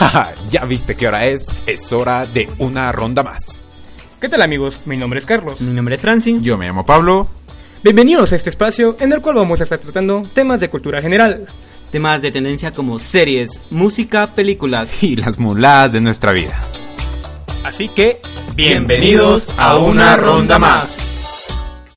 ya viste qué hora es, es hora de una ronda más. ¿Qué tal amigos? Mi nombre es Carlos. Mi nombre es Francis. Yo me llamo Pablo. Bienvenidos a este espacio en el cual vamos a estar tratando temas de cultura general. Temas de tendencia como series, música, películas. Y las muladas de nuestra vida. Así que, Bienvenidos a una ronda más.